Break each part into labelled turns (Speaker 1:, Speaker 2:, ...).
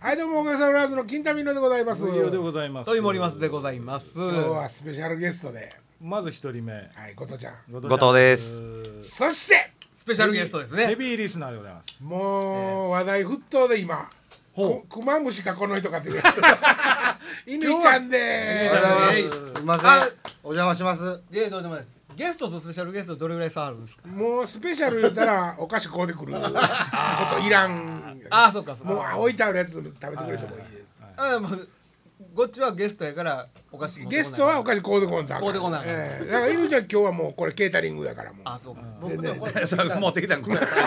Speaker 1: はいどうも小笠原ブラザーズの金田美濃でございます
Speaker 2: 無料でございます。
Speaker 3: という森松でございます。
Speaker 1: 今日はスペシャルゲストで
Speaker 2: まず一人目。
Speaker 1: はいゴトちゃん
Speaker 2: 後
Speaker 4: 後藤です。
Speaker 1: そして
Speaker 3: スペシャルゲストです
Speaker 2: ヘ
Speaker 3: ね。
Speaker 2: ビーリスナーでございます。
Speaker 1: もう話題沸騰で今
Speaker 2: ほ
Speaker 1: クマムシかこの人かっていう 犬ちゃんで
Speaker 4: お
Speaker 1: す
Speaker 4: はよ
Speaker 3: は
Speaker 4: うございます。すみません
Speaker 3: あ。
Speaker 4: お邪魔します。
Speaker 3: いや、どうでもないです。ゲストとスペシャルゲストどれぐらい差あるんですか。
Speaker 1: もうスペシャル言ったらお菓子買うてくることいらん
Speaker 3: ああ、そうか、そう
Speaker 1: もう
Speaker 3: か。
Speaker 1: 置いてあるやつ食べてくれてもいいです
Speaker 3: あ、もう。こっちはゲストやから、おかしい。
Speaker 1: ゲストはお菓子買うてこんとあかん
Speaker 3: 買うてこなあかん
Speaker 1: ええだから犬ちゃん今日はもうこれケータリングやからもう
Speaker 3: あ、そうか。
Speaker 4: 僕ね、それ 持ってきたんくださ い。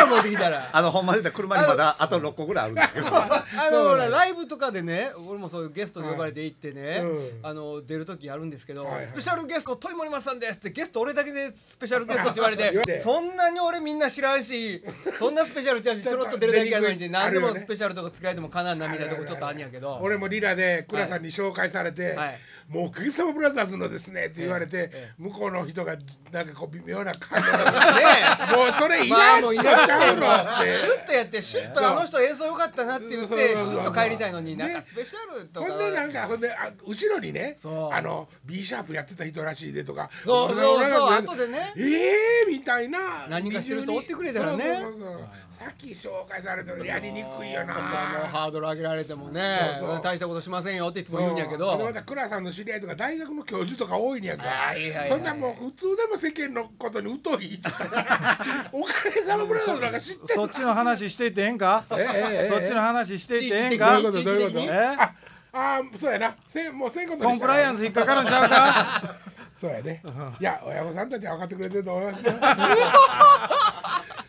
Speaker 3: あ、持ってきた ら。
Speaker 4: あのほんまで言ったら車にまだあと六個ぐらいあるんですけど。
Speaker 3: あのほらライブとかでね俺もそういうゲストで呼ばれて行ってね、
Speaker 1: うん
Speaker 3: あの出る時あるんですけど、
Speaker 1: はいはい
Speaker 3: スペシャルゲストトイモリマスさんですってゲスト俺だけでスペシャルゲス トって言われ
Speaker 1: 言われ
Speaker 3: て
Speaker 1: て
Speaker 3: そんなに俺みんな知らんしそんなスペシャルちゃうしちょろっと出るだけやの
Speaker 1: ち
Speaker 3: に
Speaker 1: ょ
Speaker 3: で
Speaker 1: っと
Speaker 3: 何で
Speaker 1: あ
Speaker 3: も
Speaker 1: るよね
Speaker 3: スペシャルとかつけられてもかなわんなみたいなとこちょっとあんやけど
Speaker 1: 俺もリラで倉さんに紹介されて
Speaker 3: はい
Speaker 1: 「もうおかげさまブラザーズのですね」って言われ
Speaker 3: え
Speaker 1: て
Speaker 3: え
Speaker 1: 向こうの人がなんかこう微妙な感じ
Speaker 3: ね
Speaker 1: でもうそれ
Speaker 3: え
Speaker 1: い
Speaker 3: ま
Speaker 1: ら
Speaker 3: あ
Speaker 1: んの
Speaker 3: もうい
Speaker 1: ち
Speaker 3: らんって
Speaker 1: ゃうのっ
Speaker 3: シュッとやってシュッとあの人演奏良かったなって言って
Speaker 1: そ
Speaker 3: シ
Speaker 1: うそうそう
Speaker 3: ュッと帰りたいのに
Speaker 1: ね
Speaker 3: なんかスペシャル
Speaker 1: て
Speaker 3: とか
Speaker 1: ほんでなんかほんであ後ろにね
Speaker 3: そう
Speaker 1: あの B シャープやってた人らしいでとか
Speaker 3: そうそうそう
Speaker 1: 俺らが
Speaker 3: 後でね
Speaker 1: ええみたいな
Speaker 3: 何かしてる人
Speaker 1: 二重に
Speaker 3: 追ってくれたらね
Speaker 1: そうそうそうさっき紹介されたのやりにくいよ
Speaker 3: まあもう
Speaker 1: な
Speaker 3: ハードル上げられてもね
Speaker 1: そうそう
Speaker 3: 大したことしませんよっていつも言うんやけど
Speaker 1: でまた倉さんの知り合いとか大学の教授とか多いんやんか
Speaker 3: はいはいはい
Speaker 1: そんなもう普通でも世間のことに疎 いおかげさまブラザーズなんか知って
Speaker 2: そっちの話していってええんか。そっ
Speaker 1: えええ
Speaker 2: ちの話していってええん
Speaker 1: どう
Speaker 2: か
Speaker 1: いう。ことどういうこ
Speaker 3: 地域
Speaker 1: と
Speaker 3: 的
Speaker 2: え
Speaker 1: ああーそうやなせんもうせんことにした
Speaker 2: コンプライアンス引っかかるんちゃうか。
Speaker 1: そうやねいや親御さんたちは分かってくれてると思います よ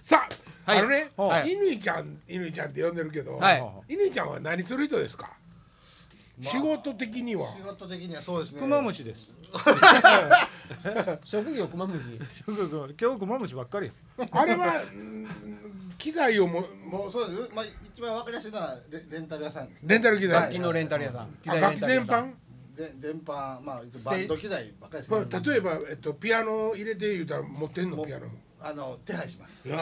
Speaker 1: さあ、
Speaker 3: はい
Speaker 1: あのね
Speaker 3: はい
Speaker 1: 乾ちゃん乾ちゃんって呼んでるけど
Speaker 3: はい
Speaker 1: 乾ちゃんは何する人ですか仕事的には
Speaker 4: 仕事的にはそうですね。
Speaker 2: クマムシです。
Speaker 3: 職業クマムシ
Speaker 2: 今日クマムシばっかり。
Speaker 1: あれはうん機材をも
Speaker 4: もうそうです。まあ一番わかりやすいのはレレンタル屋さん。
Speaker 1: レンタル機
Speaker 3: 楽
Speaker 1: 材
Speaker 3: 器のレンタル屋さん機
Speaker 1: あ
Speaker 3: 材
Speaker 1: 楽
Speaker 3: レ
Speaker 1: 器
Speaker 3: ンタル屋
Speaker 1: 全
Speaker 3: さん
Speaker 1: 般
Speaker 4: で電波まあバンド機材ばっかりですけ
Speaker 1: ま
Speaker 4: ど。
Speaker 1: あ例えばえっとピアノ入れて言うたら持ってんのピアノも
Speaker 4: あの手配します。
Speaker 1: いや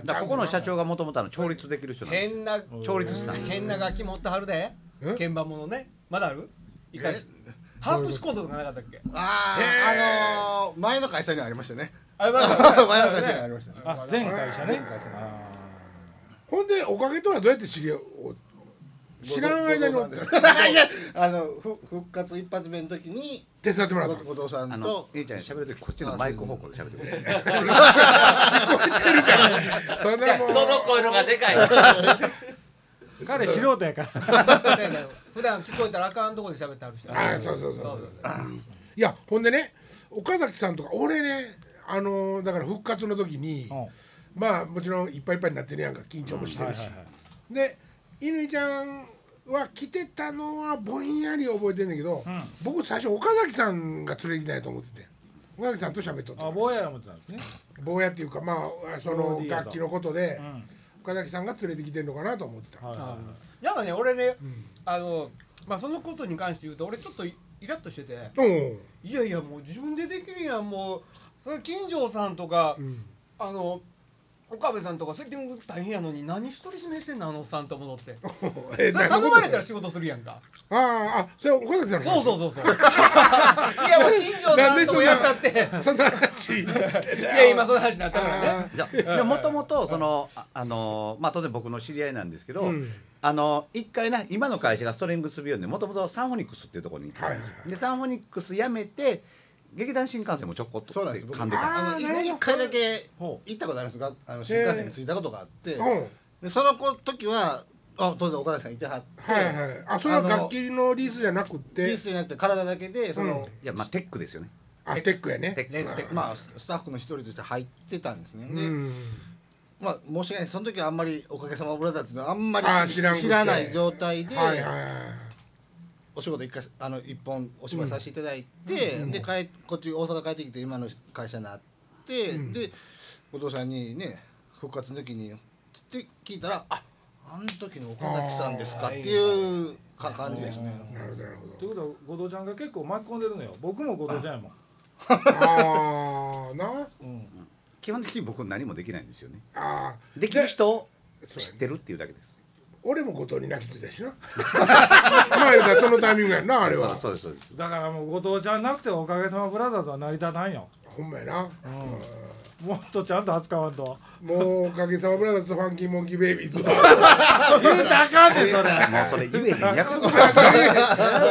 Speaker 1: ー
Speaker 5: だからここの社長がもともとの調律できる人なんですよ
Speaker 3: 変な
Speaker 5: 調律師さん
Speaker 3: 変な楽器持ってはるで
Speaker 1: え
Speaker 3: 鍵盤ものねまだあるいかにハープシコードとかなかったっけ
Speaker 5: あ
Speaker 1: ー
Speaker 5: あの前の会社にはありました ね
Speaker 3: あれまだ
Speaker 5: 前の会社にはありましたね
Speaker 2: あ、前会社ね。
Speaker 1: ほんでおかげとはどうやって知り合う知らん間に
Speaker 4: 後
Speaker 1: お
Speaker 4: 藤さんですいやあのふ復活一発目の時に
Speaker 1: 手伝ってもらったの
Speaker 4: 後藤さ
Speaker 5: あ
Speaker 4: ん
Speaker 5: の
Speaker 4: と
Speaker 5: いいちゃん喋るときこっちのマイク方向で喋ってくれる
Speaker 1: そんなもう
Speaker 6: 声のがでかい。
Speaker 2: 彼素人やから。
Speaker 3: 普段聞こえたらあかんとこで喋ってはる人
Speaker 1: あーそうそうそう
Speaker 3: そうそう
Speaker 1: いやほんでね岡崎さんとか俺ねあのーだから復活の時に、まあもちろんいっぱいいっぱいになってるやんか緊張もしてるし、で乾ちゃんは来てたのはぼんやり覚えてんだけど、僕最初岡崎さんが連れてきたんやと思ってて岡崎さんと喋っとった
Speaker 2: あ、坊やや思ってたんですね。
Speaker 1: 坊やっていうかまあその
Speaker 2: OD やと
Speaker 1: 楽器のことで、
Speaker 2: ん
Speaker 1: 岡崎さんが連れてきてんのかなと思ってた、
Speaker 2: はいはいはい。
Speaker 3: なんかね俺ねあのまあそのことに関して言うと俺ちょっとイラッとしてて
Speaker 1: うん
Speaker 3: いやいやもう自分でできるやんもうそれ金城さんとか、あの岡部さんとかセッティング大変やのに何一人指名してんのあのおっさんと戻 って
Speaker 1: え
Speaker 3: それ頼まれ たら仕事するやんか
Speaker 1: あああそれ岡崎さんの話
Speaker 3: そう そう そうそういやもう金城さんともやったってい
Speaker 1: そんな話い
Speaker 3: や今その話 になったからね
Speaker 5: じゃあでもともとそのああのまあ当然僕の知り合いなんですけど、
Speaker 1: うん
Speaker 5: あの一回な今の会社がストリングスビューでもともとサンフォニックスっていうところに行ってたんですよ、
Speaker 1: はい
Speaker 5: でサンフォニックス辞めて劇団新幹線もちょこっと
Speaker 4: そうなん
Speaker 5: って
Speaker 4: です僕
Speaker 5: 噛んでた
Speaker 1: あー
Speaker 4: あの
Speaker 1: なるほど
Speaker 4: 一回だけ行
Speaker 2: ほ
Speaker 4: ったことありますがあの新幹線に着いたことがあって、
Speaker 1: うん
Speaker 4: でその子時はあ当然岡崎さんいてはって、
Speaker 1: はいはい。あ、それは楽器のリースじゃなく
Speaker 4: ピー
Speaker 1: て、
Speaker 4: スになって体だけでその、
Speaker 5: いやまあテックですよね
Speaker 1: あ、テックやね。
Speaker 5: テック
Speaker 3: レンテ
Speaker 4: まあススタッフの一人として入ってたんですね、
Speaker 1: う
Speaker 4: で
Speaker 1: ん。
Speaker 4: まあ申し訳ないその時はあんまり「おかげさまブラザーズ」のあんまり
Speaker 1: あー知
Speaker 4: 知
Speaker 1: らん
Speaker 4: ら
Speaker 1: くて
Speaker 4: ない状態で、
Speaker 1: はいはいはい。
Speaker 4: お仕事一回あの一本お芝居させていただいて、で帰っこっち大阪帰ってきて今の会社になって、でお父さんにね復活の時につって聞いたら「ああの時の岡崎さんですか」っていうか感じですね。
Speaker 1: なるほどなる
Speaker 2: ということは後藤ちゃんが結構巻き込んでるのよ僕も後藤ちゃんやもん
Speaker 1: ほど。ああ、な。
Speaker 2: うん
Speaker 5: 基本的に僕何もできないんですよね
Speaker 1: ああ。
Speaker 5: できる人を
Speaker 1: そう
Speaker 5: 知ってるっていうだけです
Speaker 1: お俺も後藤に泣きついたしなまあ言うたらそのタイミングやんなあれ
Speaker 5: そう
Speaker 1: は
Speaker 5: そうですそうです
Speaker 2: だからもう後藤ちゃんなくておかげさまブラザーズは成り立たんよ、
Speaker 1: ほんまやな
Speaker 2: うん、もっとちゃんと扱わんと
Speaker 1: もうおかげさまブラザーズとファンキーモンキーベイビーズは
Speaker 2: 言うたらあかんでそれ
Speaker 5: もうそれ言えへん約束
Speaker 1: それ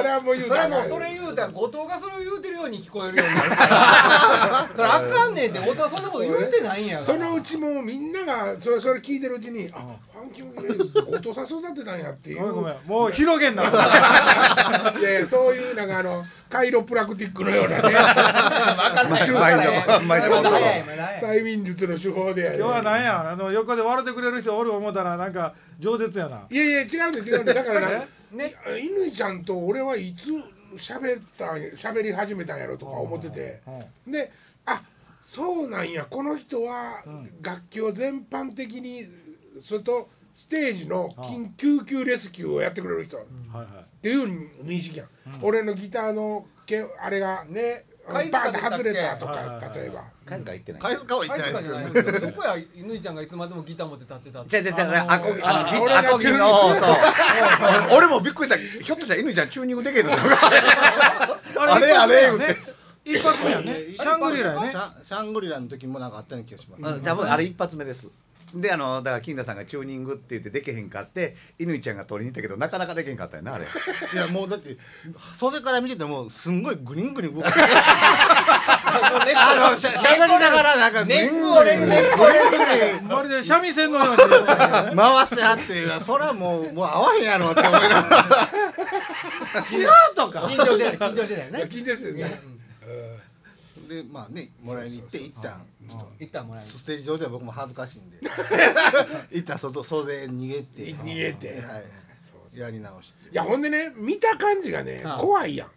Speaker 1: はもう言う
Speaker 3: それ
Speaker 1: た
Speaker 3: は
Speaker 1: ら
Speaker 3: もうそれ言うたら後藤がそれを言うてるように聞こえるようになるからそれあかんねんって後藤はそんなこと言うてないんやから
Speaker 1: そのうちもうみんながそれそれ聞いてるうちにあファンキーモンキーベイビーズって後藤さん育てたんやっていう
Speaker 2: ごめんごめんもう広げんな はい
Speaker 1: やいやそういうなんかあのカイロプラクティックのようなね
Speaker 3: 分かんない分かん
Speaker 5: 毎
Speaker 3: な
Speaker 5: 度
Speaker 3: い
Speaker 5: 毎度
Speaker 3: まだ早いまだ早い
Speaker 1: 催眠術の手法でや
Speaker 2: 今日は
Speaker 1: ね
Speaker 2: なんやあの横で笑ってくれる人おる思うたらなんか饒舌やない
Speaker 1: やいや違うんです違うんですだからな
Speaker 3: ね
Speaker 1: 乾ちゃんと俺はいつ喋ったん喋り始めたんやろとか思っててであそうなんやこの人は楽器を全般的にそれとステージの緊救急レスキューをやってくれる人っ
Speaker 2: はいはい
Speaker 1: ていう認識やん、俺のギターのけあれが
Speaker 3: ね
Speaker 1: あのバーンって外れたと
Speaker 2: はいはい
Speaker 1: か
Speaker 2: はい
Speaker 1: 例えば
Speaker 5: 貝塚言ってない
Speaker 4: 貝塚は言ってない
Speaker 3: 貝
Speaker 4: で
Speaker 3: 塚
Speaker 4: す
Speaker 3: じ
Speaker 4: け
Speaker 3: ゃ
Speaker 4: ど
Speaker 3: ない
Speaker 4: ね
Speaker 3: けどどこや乾ちゃんがいつまでもギター持って立ってたって
Speaker 5: じゃじゃじゃ
Speaker 2: あ
Speaker 5: あ、ア
Speaker 2: の
Speaker 5: コ
Speaker 2: ー
Speaker 5: ギ、あの、ギ
Speaker 1: 俺が
Speaker 5: アコギの、そう。 俺もびっくりした。ひょっとしたら犬ちゃんチューニングでけえの。
Speaker 2: あれ
Speaker 4: あれ
Speaker 2: 一発目やね一発目やねシャングリラやね
Speaker 4: シャンシャングリラの時もなんかあったような気がします、
Speaker 5: うん多分あれ一発目です。で、あの、だから金田さんがチューニングって言ってでけへんかって、犬ちゃんが取りに行ったけど、なかなかでけへんかったよな、あれ。
Speaker 4: いやもうだって袖から見ててもすんごいグリングリン動くあのしゃしゃべりながらなんかグリングリングリングリン
Speaker 2: まるで三味線のように
Speaker 4: 回してはっていうそれはもうもう合わへんやろって思いながら
Speaker 2: 違うとか
Speaker 3: 緊張してない緊張してないね
Speaker 1: 緊張してるね
Speaker 4: でまあねもらいに行って一旦ちょっと
Speaker 3: 一旦もらえる
Speaker 4: ステージ上では僕も恥ずかしいんで一旦外袖へ逃げて
Speaker 1: 逃げて
Speaker 4: はいやり直して
Speaker 1: いやほんでね見た感じがね
Speaker 3: はい
Speaker 1: 怖いやん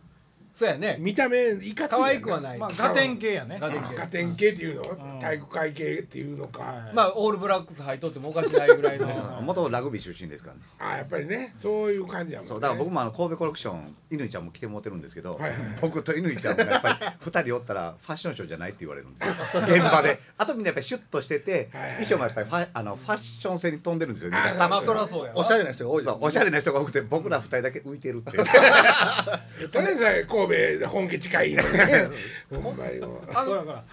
Speaker 3: そうやね
Speaker 1: 見た目いかついやん
Speaker 3: 可愛くはない
Speaker 2: まあガテン系やね
Speaker 3: ガテン系
Speaker 1: ガテン系っていうの、体育会系っていうのか、
Speaker 2: はい
Speaker 3: まあオールブラックス履いとってもおかしないぐらいの
Speaker 5: 元ラグビー出身ですからね。
Speaker 1: あやっぱりねそういう感じやもん、ね、
Speaker 5: そう、だから僕もあの、神戸コレクション、犬ちゃんも来てもらってるんですけど
Speaker 1: はいはい、
Speaker 5: 僕と犬ちゃんがやっぱり二人おったら、ファッションショーじゃないって言われるんですよ。現場で。あとみんなやっぱりシュッとしてて、衣装もやっぱりファあのファッション性に飛んでるんですよ。みんなスタ
Speaker 3: まあ
Speaker 5: ッフ
Speaker 3: そりゃそうやわ
Speaker 4: おしゃれな人が多いです
Speaker 5: そう
Speaker 4: ね
Speaker 5: おしゃれな人が多くて僕ら二人だけ浮いてるっていう
Speaker 1: ただでさえ神戸本家近 いのにねほんまにもう
Speaker 3: あ
Speaker 2: ほら
Speaker 3: の
Speaker 2: ほら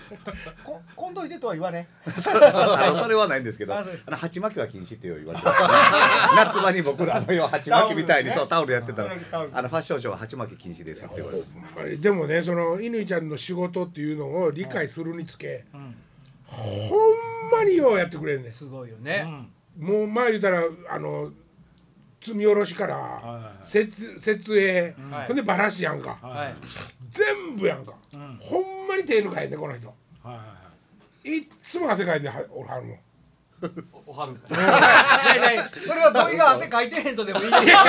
Speaker 3: ここんどいてとは言わね
Speaker 5: あのそれはないんですけど
Speaker 3: あ
Speaker 5: あ
Speaker 3: そうですか
Speaker 5: の鉢巻きは禁止ってよう言われてます 夏場に僕らあのよう鉢巻きみたいに
Speaker 3: タオルね
Speaker 5: そうタオルやってたら
Speaker 3: タオル
Speaker 5: あのファッションショーは鉢巻き禁止ですって言われてます
Speaker 1: ほんまにでもねその乾ちゃんの仕事っていうのを理解するにつけ、ほんまにようやってくれるんです
Speaker 3: すごいよね、
Speaker 2: うん
Speaker 1: もう前言うたらあの積み下ろしか
Speaker 2: はい
Speaker 1: ら
Speaker 2: はい
Speaker 1: 設設営、
Speaker 3: はい
Speaker 1: ほんでバラシやんか、
Speaker 3: はい
Speaker 1: 全部やんか、
Speaker 2: ん
Speaker 1: ほんまに手抜かへんねこの人
Speaker 2: はいはい
Speaker 1: いっつも汗かいてはおるはるもん
Speaker 3: おはるかいやいやそれはボイが汗かいてへんとでもいい
Speaker 1: いやいやいや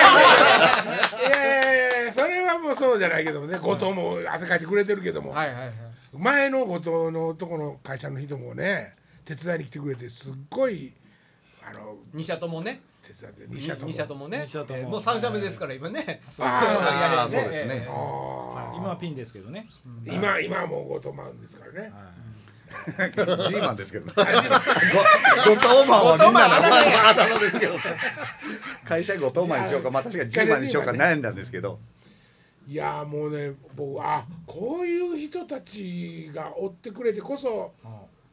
Speaker 1: いやいやそれはもうそうじゃないけどもね後藤も汗かいてくれてるけども、
Speaker 3: はいはいはい
Speaker 1: 前の後藤のとこの会社の人もね手伝いに来てくれてすっごいあの
Speaker 3: 二社ともね
Speaker 1: 手伝って
Speaker 3: 二
Speaker 1: 西社とも
Speaker 3: 社ともね
Speaker 2: 二社とも
Speaker 3: えーもう三社目ですから今ね
Speaker 1: あ
Speaker 5: ーそうですね
Speaker 3: え
Speaker 1: あ
Speaker 3: ー
Speaker 1: ー
Speaker 2: 今はピンですけどね
Speaker 1: 今今はもう後藤マンですからね
Speaker 2: はい
Speaker 5: G マンですけどねご後藤マンはみん
Speaker 3: 後
Speaker 5: なの
Speaker 3: 藤マンあだ名や
Speaker 5: あだ名ですけど会社後藤マンにしようかまあ確かに G マンにしようか悩んだんですけど
Speaker 1: いやーもうね僕あこういう人たちが追ってくれてこそ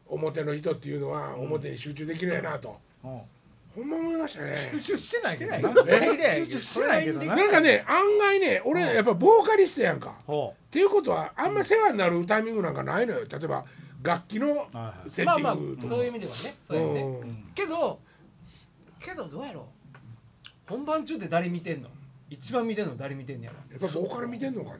Speaker 1: 表の人っていうのは表に集中できるんやなと、
Speaker 2: うんうん
Speaker 1: ほんま思いましたね
Speaker 2: 集中してない
Speaker 3: し
Speaker 2: け
Speaker 3: て
Speaker 2: ど
Speaker 3: ない
Speaker 2: な
Speaker 3: よ
Speaker 2: 集中してないけど
Speaker 3: それなりにでき
Speaker 2: な
Speaker 3: る
Speaker 1: なんかね案外ね俺やっぱボーカリストやんか、
Speaker 2: ほ
Speaker 1: っていうことはあんま世話になるタイミングなんかないのよ例えば楽器の
Speaker 2: はい
Speaker 1: セッテ
Speaker 3: ま
Speaker 1: ィ
Speaker 3: あまあ
Speaker 1: ングとか
Speaker 3: そういう意味ではねそういうねけどけどどうやろう本番中って誰見てんの一番見てんの誰見てんのやろ
Speaker 1: やっぱボーカル見てんのかな
Speaker 2: う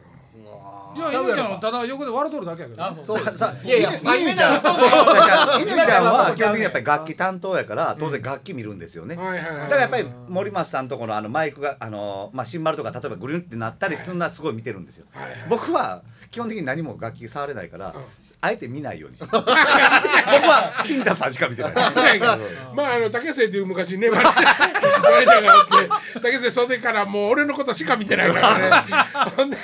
Speaker 2: いや犬ちゃんはただ横で笑うとるだけやけどね
Speaker 5: そうさ
Speaker 3: いやいや
Speaker 5: 犬ちゃん
Speaker 3: 真面
Speaker 5: 犬ちゃんは基本的にやっぱり楽器担当やから当然楽器見るんですよね
Speaker 1: はいはいは
Speaker 5: だ
Speaker 1: い
Speaker 5: からやっぱり森松さんとこのあのマイクがあの、まあ、シンバルとか例えばグリュンってなったりするのはすごい見てるんですよ、
Speaker 1: はいはい
Speaker 5: 僕は基本的に何も楽器触れないから、
Speaker 1: うん
Speaker 5: あえて見ないようにしてる僕は金田さんしか見てない
Speaker 1: まああの竹瀬っていう昔ねマネマネージャーがおって竹瀬袖からもう俺のことしか見てないからねほんで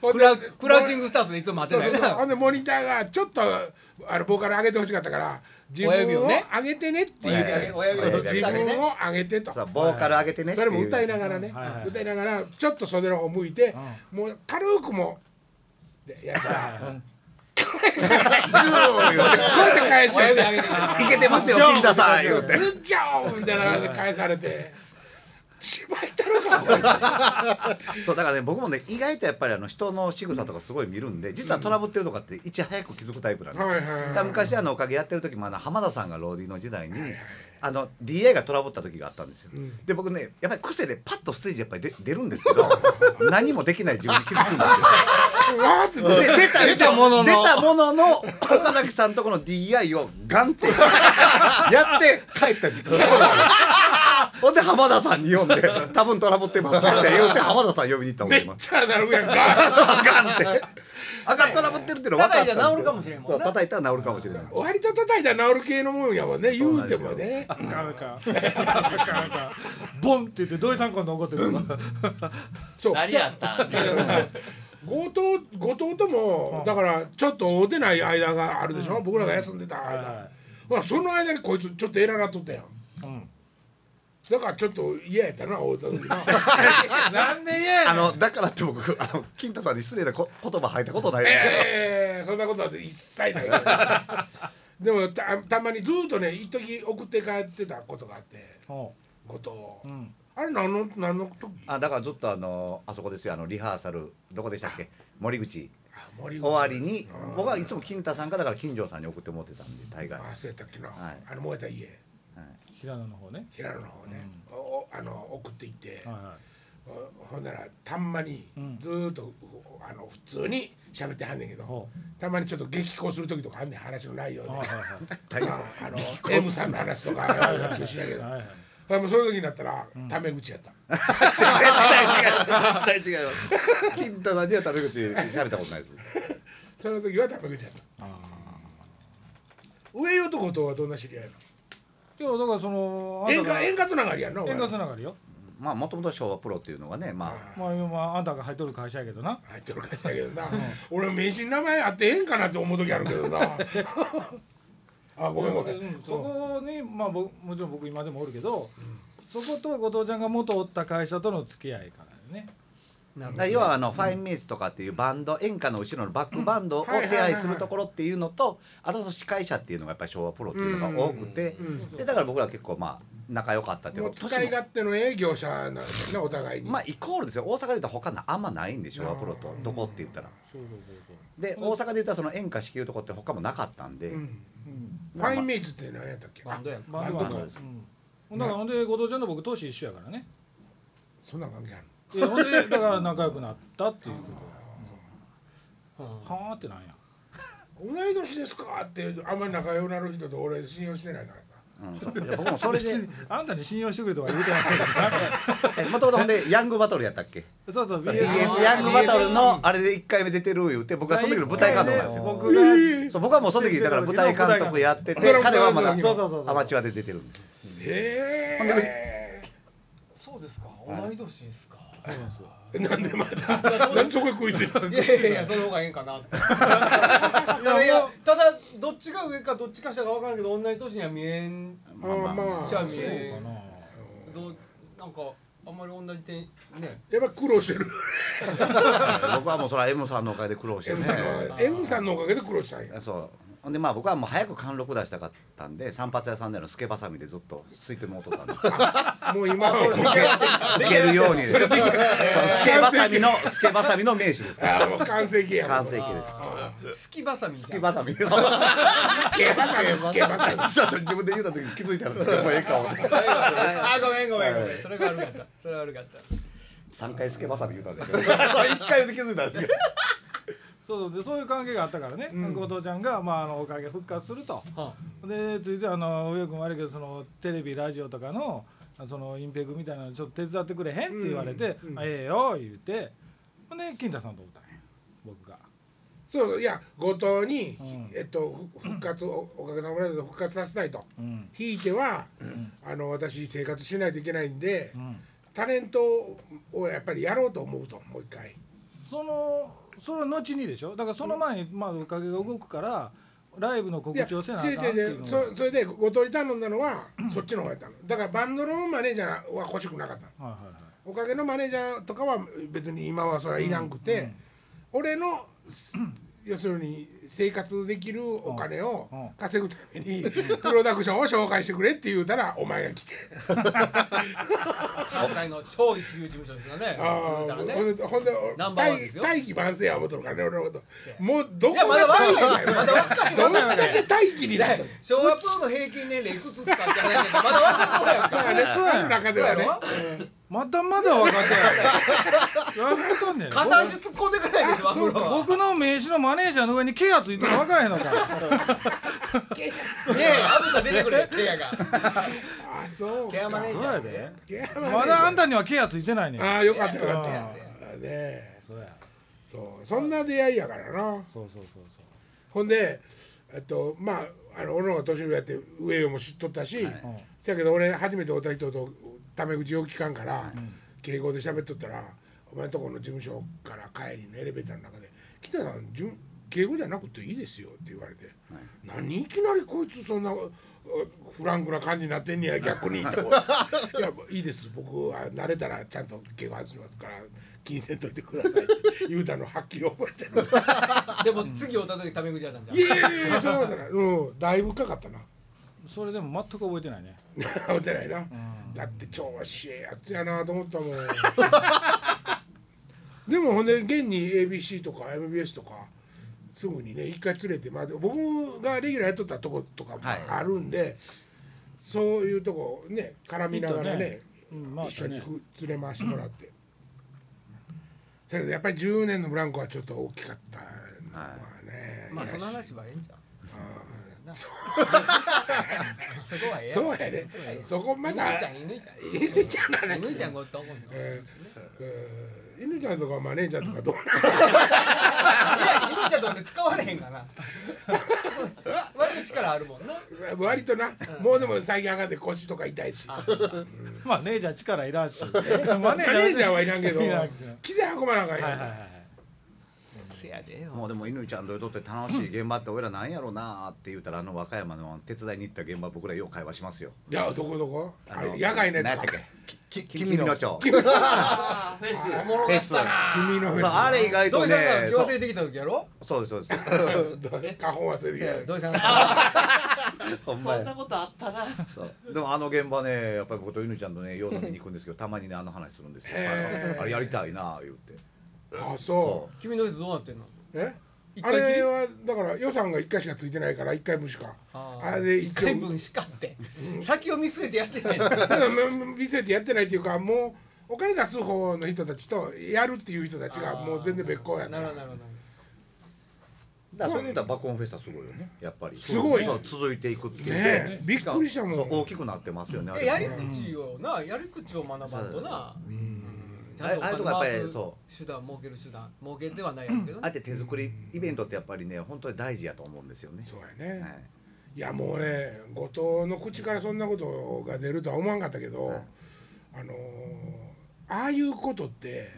Speaker 1: ほん
Speaker 3: ク
Speaker 1: で
Speaker 3: ラウチクラウチングスタートでいつも待
Speaker 1: そ
Speaker 3: て
Speaker 1: う
Speaker 3: な
Speaker 1: そう
Speaker 3: い
Speaker 1: そう
Speaker 3: な
Speaker 1: ほんでモニターがちょっとあのボーカル上げてほしかったから自分を
Speaker 3: ね
Speaker 1: 上げてねって言って
Speaker 5: 親指をね親指を
Speaker 1: 自分を上げてと
Speaker 5: さあボーカル上げてねって
Speaker 1: そ
Speaker 5: い
Speaker 1: れ
Speaker 5: う
Speaker 1: も歌いながらね、
Speaker 2: はいはい
Speaker 1: 歌いながらちょっと袖の方向いて、もう軽くもうでやったらこうやって返し
Speaker 3: 親
Speaker 1: て
Speaker 3: 指上げてくれ
Speaker 5: いけてますよ金田さん言うて
Speaker 1: ずっちゃおうみたいな感じで返されて芝居たろかお前
Speaker 5: そうだからね僕もね意外とやっぱりあの人の仕草とかすごい見るんで実はトラブってるとかっていち早く気づくタイプなんですよ、
Speaker 1: はいはいはい
Speaker 5: だから昔あのおかげやってる時もあの浜田さんがローディの時代に、あの DA がトラブった時があったんですよ、で僕ねやっぱり癖でパッとステージやっぱり出出るんですけ ど何もできない自分に気づくんですよ
Speaker 1: わーって
Speaker 5: で出 た
Speaker 4: 出たものの
Speaker 5: 出たものの岡崎さんとこの DI をガンっ てやって帰った時間ほんで浜田さんに呼んで「多分トラブってます」って言 うて浜田さん呼びに行ったもん
Speaker 1: めっ
Speaker 5: 今
Speaker 1: ちゃなるやんか
Speaker 5: ガンってあかんトラブってるっていうの分かったんですけど
Speaker 3: 叩いたら治るかもしれんもんな
Speaker 5: そう叩いたら治るかもしれない
Speaker 1: 割と叩いたら治る系のもんやもんね言
Speaker 5: そうな
Speaker 1: うん
Speaker 5: で
Speaker 1: て
Speaker 5: すよ
Speaker 1: もね
Speaker 2: カメかカメかボンって言って土井さん今度怒ってるの
Speaker 1: そう
Speaker 6: 何やったん
Speaker 1: 後藤後藤ともだからちょっと会うてない間があるでしょ、僕らが休んでた間、
Speaker 2: は
Speaker 1: まあ、その間にこいつちょっとエラなっとったやん
Speaker 2: いうん
Speaker 1: だからちょっと嫌やったな会うた時 な
Speaker 2: なんで嫌や
Speaker 5: あ
Speaker 2: ねん
Speaker 5: のだからって僕あの金太さんに失礼なこ言葉吐いたことないですけど
Speaker 1: ええそんなことは一切ないからでもたたまにずっとね一時送って帰ってたことがあって
Speaker 2: お
Speaker 1: 後
Speaker 2: う
Speaker 1: 藤、
Speaker 2: ん
Speaker 1: あれ何の何の時
Speaker 5: あだからずっとあのあそこですよあのリハーサルどこでしたっけ森口
Speaker 1: あ森口
Speaker 5: 終わりに僕はいつも金太さんかだから金城さんに送ってもらってたんで大概
Speaker 1: あそうやったっけな、
Speaker 5: はい
Speaker 1: あの燃えた家
Speaker 2: 平野の方ね
Speaker 1: 平野の方ね、おおあの送っていって、
Speaker 2: はいは
Speaker 1: おほんならたんまに
Speaker 2: うん
Speaker 1: ずーっと、おあの普通に喋ってはんねんけ
Speaker 2: い
Speaker 1: ど
Speaker 2: ほ
Speaker 1: たまにちょっと激高する時とかあんねん話の内容
Speaker 2: う
Speaker 1: で
Speaker 2: はいはい
Speaker 5: 大
Speaker 1: ま
Speaker 5: 概
Speaker 1: ああの M さんの話とかあれは中心やけど
Speaker 2: はいはい
Speaker 1: でもその時になったらタメ口やった、
Speaker 5: 絶対違う絶対違う金太さんにはタメ口喋ったことないです
Speaker 1: その時はタメ口やった上男とはどんな知り合いなの
Speaker 2: いやだからそのあ
Speaker 1: 円
Speaker 2: んた
Speaker 1: 滑
Speaker 2: が
Speaker 1: 円滑流れやんなお前
Speaker 2: 円滑つながりよ
Speaker 5: まあもともと昭和プロっていうのがねま
Speaker 2: まあ今あんたが入っとる会社やけどな
Speaker 1: 入ってる感じだけどな俺名刺に名前あってええんかなって思う時あるけど なあごめんごめん、
Speaker 2: うんそこにまあ僕もちろん僕今でもおるけどそこと後藤ちゃんが元おった会社との付き合いからよね
Speaker 5: あだから要はあのファインミーツとかっていうバンド演歌の後ろのバックバンドを
Speaker 1: はいはい
Speaker 5: 手
Speaker 1: はいはい
Speaker 5: 配するところっていうのとあと司会者っていうのがやっぱり昭和プロっていうのが多くてでだから僕ら結構まあ仲良かったっていう
Speaker 1: も
Speaker 5: の
Speaker 1: う使い勝手の営業者なんだよなお互いに、
Speaker 5: まあイコールですよ大阪で言ったら他のあんまないんで昭和プロとどこって言ったら
Speaker 2: そうそうそうそう
Speaker 5: で大阪で言ったらその演歌支給とこって他もなかったんで、
Speaker 1: うんファインメイズって何やったっけ
Speaker 3: バンドやん
Speaker 2: バンドマン
Speaker 5: バンドマン
Speaker 2: で
Speaker 5: ですす、
Speaker 2: うん、だからほんで後藤ちゃんと僕年一緒やからね
Speaker 1: そんなん関係あるの
Speaker 2: いやほんでだから仲良くなったっていうことはあってなんや
Speaker 1: 同い年ですかってあんまり仲良くなる人と俺信用してないからさ
Speaker 5: うんそういや僕もそれで
Speaker 2: 別に あんたに信用してくれとは言うてないから
Speaker 5: もともとほんでヤングバトルやったっけ
Speaker 2: そうそう
Speaker 5: BS ヤングバトルのあれで1回目出てる言って僕はその時の舞台監督なんですよ
Speaker 2: 僕が
Speaker 5: そう僕はもうその時だから舞台監督やって
Speaker 2: そう
Speaker 5: て
Speaker 2: そう
Speaker 5: 彼はまだ
Speaker 2: そうそうそうそう
Speaker 5: アマチュアで出てるんです
Speaker 1: へえ
Speaker 3: そうですか同い年ですか
Speaker 1: なんでまだなんでそこへ食いついたの
Speaker 3: いやいやいやその方がええんかなっていやいやただどっちが上かどっちか下か分からんけど同じ年には見えん
Speaker 5: まあまあ
Speaker 1: まあまあ
Speaker 3: ちゃ
Speaker 1: や
Speaker 3: 見えんどうなんかあんまり同じ点ね
Speaker 1: っぱ苦労してる
Speaker 5: 僕はもうそれは M さんのおかげで苦労して
Speaker 1: M
Speaker 5: ね
Speaker 1: さんの M さんのおかげで苦労したんや
Speaker 5: そうほんでまあ僕はもう早く貫禄出したかったんで散髪屋さんでのスケバサミでずっとす いてもうとったんです
Speaker 1: もう今はもう
Speaker 5: いけるようにそうスケバサミのスケバサミの名手ですから
Speaker 1: あもう完成形や
Speaker 5: 完成形です
Speaker 3: あーすきばさみ
Speaker 5: ス
Speaker 3: じゃ
Speaker 5: ケ
Speaker 3: ん
Speaker 5: バサミ そう
Speaker 1: スケバカだスケバカだ
Speaker 5: 実はそれ自分で言うた時に気づいたらもうええか思って
Speaker 3: あーごめんごめんごめんそれが悪かったそれが悪かった
Speaker 5: 3回スケバサミ言うたんです けど1回で気づいたんですけど
Speaker 2: そうそうでそういう関係があったからね、後藤ちゃんが、まあ、あのおかげ復活すると、
Speaker 3: は
Speaker 2: でついてあの上君悪いけどそのテレビラジオとかのその隠蔽みたいなのちょっと手伝ってくれへんって言われて「あええよ」言うてほんで金田さんとおったんや僕が。
Speaker 1: そういや後藤に
Speaker 2: うん
Speaker 1: えっとふ復活をおかげさまで復活させたいと
Speaker 2: うん
Speaker 1: ひいてはあの私生活しないといけないんで
Speaker 2: うん、
Speaker 1: タレントをやっぱりやろうと思うともう一回
Speaker 2: そのその後にでしょだからその前に、まあ、おかげが動くからライブの告知をせなあかん
Speaker 1: 違
Speaker 2: っ
Speaker 1: う
Speaker 2: て
Speaker 1: 違
Speaker 2: いう
Speaker 1: 違
Speaker 2: う
Speaker 1: う
Speaker 2: の
Speaker 1: そそれで後藤に頼んだのはそっちの方やったのだからバンドのマネージャーは欲しくなかったの
Speaker 2: がはいはいはい
Speaker 1: おかげのマネージャーとかは別に今はそれはいらんくて、俺の要するに生活できるお金を
Speaker 2: うんうん
Speaker 1: 稼ぐためにプロダクションを紹介してくれって言うたらお前が来て
Speaker 3: 関西の超一流事務所ですよね。
Speaker 1: あ
Speaker 3: 言うたら
Speaker 1: ー
Speaker 3: ね
Speaker 1: ほんでほんで
Speaker 3: ナンバーワン
Speaker 1: 大
Speaker 3: ですよ
Speaker 1: 大気晩成や思っとるからね俺のこともうど
Speaker 3: い
Speaker 1: こ
Speaker 3: やまだ
Speaker 1: が
Speaker 3: 若
Speaker 1: 大
Speaker 3: い
Speaker 1: 気だよ
Speaker 3: まだ若い
Speaker 1: どんだけ大気にな ったの
Speaker 3: 小学校の平均年齢いくつですかって話やけどまだ若い子や
Speaker 1: だ
Speaker 3: ん
Speaker 1: か
Speaker 3: から
Speaker 1: ね そうの中ではね
Speaker 2: まだまだ若手ややめとん ねん
Speaker 3: 片足突っ込んでくないでしょアフロは
Speaker 2: 僕の名刺のマネージャーの上にケアついてるの分からへんのか
Speaker 3: ねえアブタ出てくれケアが
Speaker 1: あそう
Speaker 3: ケアマネージ
Speaker 2: そう
Speaker 3: ャ
Speaker 2: や
Speaker 3: ーね
Speaker 2: で
Speaker 1: ケアマネージャー
Speaker 2: まだあんたにはケアついてないねん
Speaker 1: ああよかったよ
Speaker 3: ケア
Speaker 1: かった
Speaker 3: マネ
Speaker 1: ね
Speaker 3: ージャー
Speaker 1: え
Speaker 2: そうや
Speaker 1: そうそんな出会いやからな
Speaker 2: そうそうそうそう
Speaker 1: ほんでえっとまああの俺の方が年上やって上よも知っとったし、せやけど俺初めて会った人とタメ口を聞かんから、敬語で喋っとったらお前んとこの事務所から帰りのエレベーターの中で「北さんじゅん敬語じゃなくていいですよ」って言われて「何いきなりこいつそんなうフランクな感じになってんねや逆に」って「いやいいです僕は慣れたらちゃんと敬語外しますから気にせんといてください」って言うたのはっきり覚えてる。
Speaker 3: でも次おった時タメ口やったんじゃん
Speaker 1: いやいやいや、そうなんだな。うん、だいぶ深か ったな。
Speaker 2: それでも全く覚えてないね
Speaker 1: おてないな。だって調子ええやつやなと思ったもん。 でもほんで現に ABC とか MBS とかすぐにね一回連れてまあ僕がレギュラーやっとったとことかも
Speaker 5: はい
Speaker 1: あるんで、そういうとこね絡みながらね
Speaker 2: うんまあね
Speaker 1: 一緒にふ連れ回してもらって。だけどやっぱり10年のブランコはちょっと大きかったのはね。
Speaker 3: まあその
Speaker 1: いや
Speaker 3: 話はいいんじゃんそう そこはええや
Speaker 1: そうやね。そこまだ
Speaker 3: 犬ちゃん犬ちゃん
Speaker 1: 犬ちゃんの話
Speaker 3: 犬ちゃんごっとこんのいや
Speaker 1: えー犬ちゃんとかマネージャーとかどう
Speaker 3: 犬ちゃんとかで使われへん かな割と力あるもんな
Speaker 1: なの割となもうでも最近上がって腰とか痛いしマ
Speaker 2: まあネージャー力いらん しマネー
Speaker 1: ネージャーはいらんけど
Speaker 2: いらんけど
Speaker 1: 機材運ばなあかん
Speaker 2: はいはいはい
Speaker 1: や
Speaker 2: はい
Speaker 3: せやでよ
Speaker 5: もうでも犬ちゃんととって楽しい現場って俺らなんやろうなーって言うたらあの和歌山の手伝いに行った現場僕らよう会話しますよ
Speaker 1: じゃあどこどこあ
Speaker 5: の
Speaker 1: 野外のや
Speaker 5: 何
Speaker 1: つか
Speaker 5: やったっけき君の町
Speaker 1: 君のフ
Speaker 3: おもろか
Speaker 5: フェ
Speaker 3: っ
Speaker 5: ス
Speaker 3: たな
Speaker 1: 君のフ
Speaker 5: そうあ
Speaker 1: ェ
Speaker 5: れ意外
Speaker 3: 土
Speaker 5: と
Speaker 3: 井
Speaker 5: ね
Speaker 3: さんが行政できた時やろ
Speaker 5: そうそうですそう
Speaker 1: ス 花粉忘れてき
Speaker 3: いや
Speaker 1: た
Speaker 3: 土井さんが
Speaker 5: ですほんま
Speaker 6: そん
Speaker 5: や
Speaker 6: なことあったな。
Speaker 5: そうでもあの現場ねやっぱり僕と犬ちゃんとねよう飲みに行くんですけどたまにねあの話するんですよ
Speaker 1: へ
Speaker 5: あれやりたいなー言って
Speaker 1: あそ
Speaker 3: 君のやつどうなってんの
Speaker 1: うえ
Speaker 3: 一
Speaker 1: あ
Speaker 3: 回き
Speaker 1: れ
Speaker 3: り
Speaker 1: はだから予算が一回しかついてないから一回分しか
Speaker 3: あー
Speaker 1: あれで一
Speaker 3: 回
Speaker 1: 応
Speaker 3: 分しかって先を見据えてやって ないの
Speaker 1: ただ 見せてやってないっていうかもうお金出す方の人たちとやるっていう人たちがもう全然別行やか
Speaker 3: なる
Speaker 1: ら
Speaker 3: ほどなるほど
Speaker 5: だからそれで言ったら爆音フェスタすごいよねやっぱり
Speaker 1: すごい
Speaker 5: そう続いていくってい
Speaker 1: ね
Speaker 5: う
Speaker 1: えびっくりしたもん
Speaker 5: そう大きくなってますよねあれ
Speaker 3: えやり口をなやり口を学ばんとなちゃんとお
Speaker 5: ああいう
Speaker 3: 金
Speaker 5: とこやっぱり
Speaker 3: 回す
Speaker 5: そ
Speaker 3: 手段儲ける手段儲けではないやろうけど
Speaker 5: あえ
Speaker 3: ね
Speaker 5: て手作りイベントってやっぱりね本当に大事やと思うんですよね
Speaker 1: そうやね、
Speaker 5: はいい、
Speaker 1: やもうね後藤の口からそんなことが出るとは思わんかったけど、
Speaker 5: はい
Speaker 1: あのーああいうことって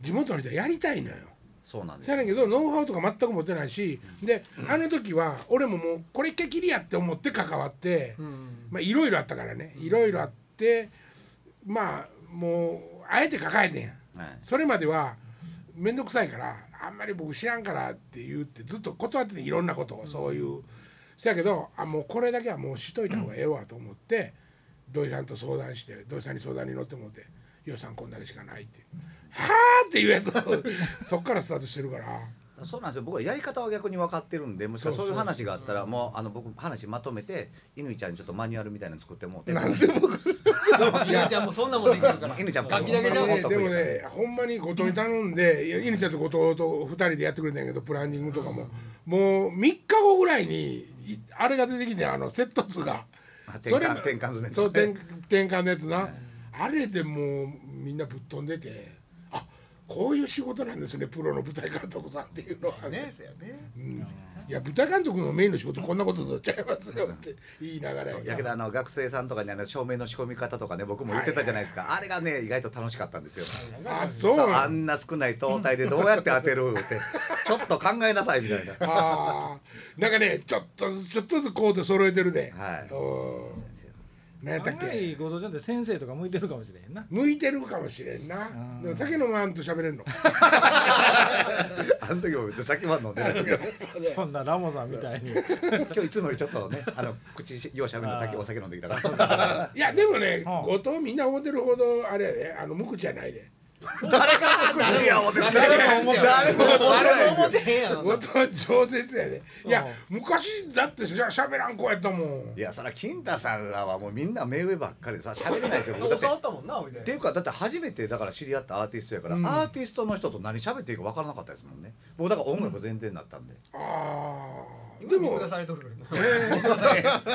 Speaker 1: 地元の人はやりたいのよ。
Speaker 5: そうなんです
Speaker 1: せやねんけどノウハウとか全く持ってないしであの時は俺ももうこれっきりやって思って関わって、
Speaker 3: うん
Speaker 1: まあいろいろあったからねいろいろあってまあもうあえて抱えてんやん。
Speaker 5: はい
Speaker 1: それまでは面倒くさいからあんまり僕知らんからって言ってずっと断ってていろんなことをそういう、そやけどあもうこれだけはもうしといた方がええわと思って、土井さんと相談して土井さんに相談に乗ってもって予算こんだけしかないって「はあ!」っていうやつをそっからスタートしてるから
Speaker 5: そうなんですよ僕はやり方は逆に分かってるんでもしかしたらそういう話があったらもうあの僕話まとめて乾ちゃんにちょっとマニュアルみたいなの作ってもうてなんで僕
Speaker 3: 犬ちゃんもそんなもんできるから
Speaker 5: 犬ちゃんも
Speaker 3: 楽器だけじゃん
Speaker 5: ほんま
Speaker 1: で
Speaker 5: に
Speaker 1: でもねほんまに後藤に頼んでいや犬ちゃんと後藤と2人でやってくれたんやけどプランニングとかも、もう3日後ぐらいにいあれが出てきてあのセット数が。
Speaker 5: 転
Speaker 1: それ
Speaker 5: 換転換詰め
Speaker 1: そう
Speaker 5: です
Speaker 1: 転
Speaker 5: ね
Speaker 1: 転換のやつな、あれでもうみんなぶっ飛んでてあこういう仕事なんですねプロの舞台監督さんっていうのはね
Speaker 3: ねせやね
Speaker 1: うんいや舞台監督のメインの仕事こんなことになっちゃいますよって言いながら
Speaker 5: やけどあの学生さんとかにあの照明の仕込み方とかね僕も言ってたじゃないですかあれがね意外と楽しかったんですよ
Speaker 1: あそう
Speaker 5: そう
Speaker 1: な
Speaker 5: あ
Speaker 1: ん
Speaker 5: んな少ない灯体でどうやって当てるってちょっと考えなさいみたいな
Speaker 1: あーなんかねちょっとずつちょっとずつコード揃えてるで、
Speaker 5: はい
Speaker 1: うん何やったっ
Speaker 2: 案
Speaker 1: け
Speaker 2: 外後藤ちゃんって先生とか向いてるかもしれへんな
Speaker 1: 向いてるかもしれんなでも酒飲まんと喋れ んの
Speaker 5: あの時も別に酒は飲んでないです けど
Speaker 2: そんなラモさんみたいに
Speaker 5: 今日いつもよりちょっとねあの口ようしゃべるの酒お酒飲んできたから
Speaker 1: いやでもね
Speaker 2: う
Speaker 1: 後藤みんな思ってるほどあれやであの無口じゃないで
Speaker 5: 誰かの 口や思って
Speaker 3: 誰も思って
Speaker 5: 誰も思って
Speaker 3: 誰
Speaker 5: な
Speaker 3: も
Speaker 5: い
Speaker 3: 思っ
Speaker 5: で
Speaker 3: てへんやろ
Speaker 1: 後
Speaker 3: な
Speaker 1: 藤饒舌やでいや昔だってしゃ喋らん子やったもん
Speaker 5: すいやそりゃ金太さんらはもうみんな目上ばっかりでさ喋れないですよ
Speaker 3: お
Speaker 5: 僕だって
Speaker 3: さったもんなおいで
Speaker 5: っていうかだって初めてだから知り合ったアーティストやから、アーティストの人と何喋っていいか分からなかったですもんね僕だから音楽全然だったんで、
Speaker 1: ああで
Speaker 3: 見
Speaker 1: も
Speaker 3: 下されとるから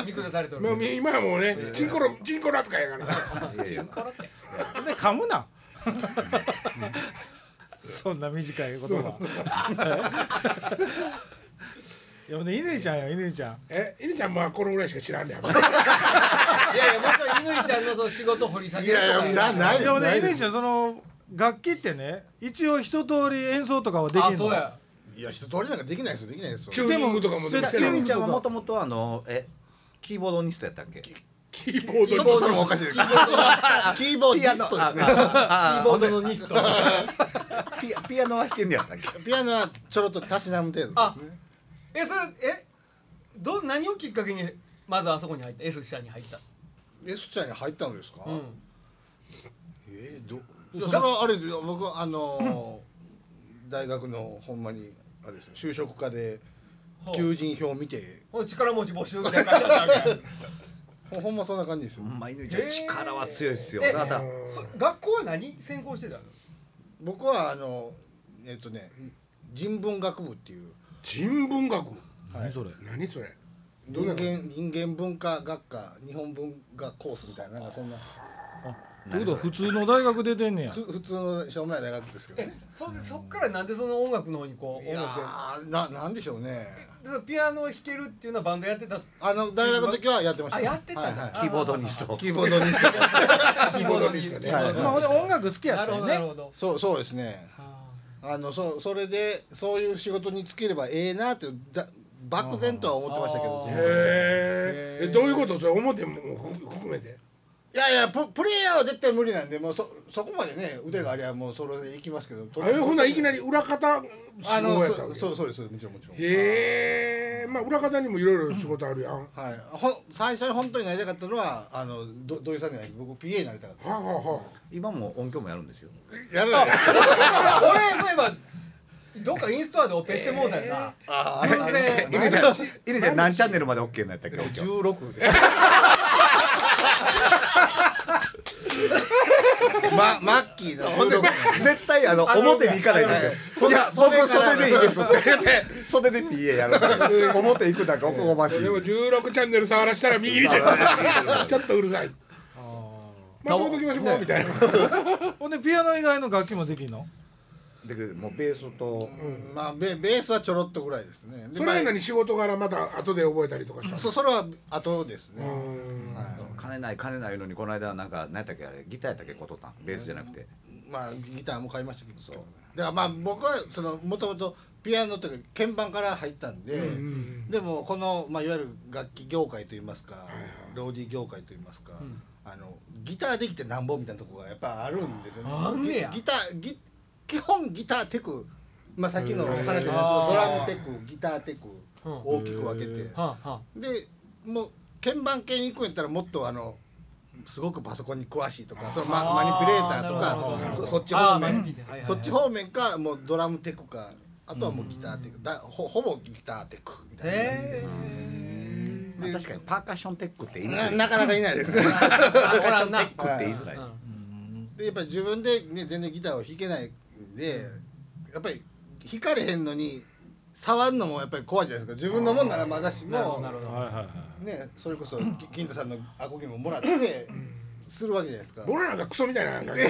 Speaker 3: 見下されとる
Speaker 1: まあ今はもうねチンコロチンコロ扱い やから
Speaker 5: いやいや
Speaker 3: からって
Speaker 2: で噛むな そんな短い言葉 いやほんで乾ちゃんよ乾ちゃん
Speaker 1: え犬ちゃんまあこのぐらいしか知らんねん
Speaker 3: いやいやもちろん乾ちゃんのその仕事掘り下げるとか
Speaker 5: いやいやなない
Speaker 2: でもね
Speaker 5: です
Speaker 2: 乾ちゃんその楽器ってね一応一通り演奏とかはでき
Speaker 3: あ
Speaker 2: るの
Speaker 3: そうや
Speaker 4: いや一通りなんかできないですよできないですよ
Speaker 1: チューニングとかも
Speaker 2: で
Speaker 1: で
Speaker 2: も
Speaker 1: き
Speaker 2: そ
Speaker 1: て
Speaker 2: れ
Speaker 1: な
Speaker 5: キ
Speaker 1: い
Speaker 5: ミちゃんはもともとあのえキーボードニストやったっけ
Speaker 1: キーボー
Speaker 4: ち
Speaker 1: ド
Speaker 4: ょっと
Speaker 1: に
Speaker 4: それもおかしいですキーボーディストですね
Speaker 3: キーボードのニスト
Speaker 5: ピアピアノは弾けんのやったっけ
Speaker 4: ピアノはちょろっとたしなむ程度
Speaker 3: あえそれえど何をきっかけにまずあそこに入った S 社に入った
Speaker 4: エスちゃんに入ったのですか、
Speaker 3: うん
Speaker 4: えー、どいやそれはあれですよ僕あのー、大学のほんまにあれですよ就職課で
Speaker 3: ほう
Speaker 4: 求人票見て
Speaker 3: ほう力持ち募集みたいな感じだったわけ
Speaker 4: ほほんまそんな感じですよ、
Speaker 5: ほんま犬ちゃん力は強いっすよ
Speaker 3: え
Speaker 5: あなた
Speaker 3: そ学校は何専攻してたの
Speaker 4: 僕はあのえっ、とね人文学部っていう
Speaker 1: 人文学
Speaker 2: 何それ
Speaker 1: 何それ
Speaker 4: 人間人間文化学科日本文化コースみたいななんかそんな
Speaker 2: ということは普通の大学出てんねや
Speaker 4: ふ普通のしょうもない大学ですけど ね
Speaker 3: そそっからなんでその音楽の方にこう
Speaker 4: い
Speaker 3: 音
Speaker 4: や
Speaker 3: 楽や
Speaker 4: ーななんでしょうね
Speaker 3: でそのピアノを弾けるっていうのはバンドやってた
Speaker 4: あの大学の時はやってました
Speaker 3: あやってたんだ
Speaker 4: はいは
Speaker 5: キーボードニスト
Speaker 4: い、キーボードにし
Speaker 3: キ
Speaker 4: て
Speaker 1: ーボードニストね
Speaker 3: ーボードニスト
Speaker 2: まあほんで音楽好きや
Speaker 3: な
Speaker 2: っ
Speaker 3: る
Speaker 2: た
Speaker 3: ほ
Speaker 2: よ
Speaker 3: どなる
Speaker 2: ね
Speaker 3: ほど
Speaker 4: そうそうですねあのそうそれでそういう仕事に就ければええなってだ漠然とは思ってましたけど
Speaker 3: あー
Speaker 1: へーえどういうことそれ表も含めて
Speaker 4: いやいやププレイヤーは絶対無理なんでもうそそこまでね腕がありゃもうそれでいきますけどと
Speaker 1: あれほないきなり裏方
Speaker 4: あ
Speaker 1: す
Speaker 4: の
Speaker 1: ごいやった
Speaker 4: そ
Speaker 1: わ
Speaker 4: う
Speaker 1: け
Speaker 4: そうそうですもちろんもちろん
Speaker 1: へえまあ裏方にもいろいろ仕事あるやんは
Speaker 4: はいほん最初に本当になりたかったのはあのど土井さんじゃない僕 PA になりたかっ
Speaker 1: あはあは
Speaker 5: 今も音響もやるんですよ
Speaker 4: たやるない
Speaker 3: あ俺そういえばどっかインストアでオペしてもうたよな
Speaker 4: あ
Speaker 3: 偶然
Speaker 5: 犬ちゃん犬ちゃん何チャンネルまで OK になったっけ音響
Speaker 4: 16ですま、マッキーの
Speaker 5: ほんで
Speaker 4: 16
Speaker 5: 絶対あの
Speaker 3: あの
Speaker 5: 表に行かないんですよ。いや僕袖でいいですって言って 袖で PA やる。表行くなんかおこがましい
Speaker 1: で。も16チャンネル触らしたら右に出たちょっとうるさいまあ戻っときましょうかみたいな
Speaker 2: ほんでピアノ以外の楽器もできんの
Speaker 5: でもうベースと
Speaker 4: うんまあベベースはちょろっとぐらいですねで
Speaker 1: それな
Speaker 4: ま
Speaker 1: のに仕事柄また後で覚えたりとかした
Speaker 4: あそそれは後ですね
Speaker 1: うん
Speaker 5: 金ない金ないのにこの間なんか何やったっけあれギターやったっけことったんベースじゃなくて。
Speaker 4: まあギターも買いましたけどそうだからまあ僕はそのもともとピアノというか鍵盤から入ったんで、でもこの、まあ、いわゆる楽器業界といいますか、ローディ業界といいますか、あのギターできてなんぼみたいなところがやっぱあるんですよね。
Speaker 3: あんねや
Speaker 4: ギギターギ基本ギターテク、まあ、さっきの話ですけどドラムテクギターテク
Speaker 3: うん
Speaker 4: 大きく分けて。
Speaker 3: はあは
Speaker 4: でもう鍵盤系に行くんやったらもっとあのすごくパソコンに詳しいとかそのマ
Speaker 3: あー
Speaker 4: マニピュレーターと
Speaker 3: なるほどなる
Speaker 4: か
Speaker 3: ほ
Speaker 4: そ
Speaker 3: ど
Speaker 4: そっち方
Speaker 3: あーマニピ
Speaker 4: 面
Speaker 3: ュレはいはいはい
Speaker 4: そっち方面かもうドラムテクかあとはもうギターテクだほほぼギターテクみ
Speaker 3: あ
Speaker 4: たいな感じで
Speaker 3: へえ
Speaker 5: まあ確かにパーカッションテックって言いづ
Speaker 4: な
Speaker 5: らい。
Speaker 4: なかなかいないですね
Speaker 3: おらんな
Speaker 5: パーカッションテックって言いづらい。
Speaker 4: でやっぱり自分で、ね、全然ギターを弾けないんでやっぱり弾かれへんのに触るのもやっぱり怖いじゃないですか自分のもんならまだし
Speaker 3: なるほど
Speaker 4: も
Speaker 3: なるほど
Speaker 2: はいはいはい
Speaker 4: ねそれこそき金太さんのアコギももらってするわけじゃないですか
Speaker 1: 俺らがクソみたいな感じ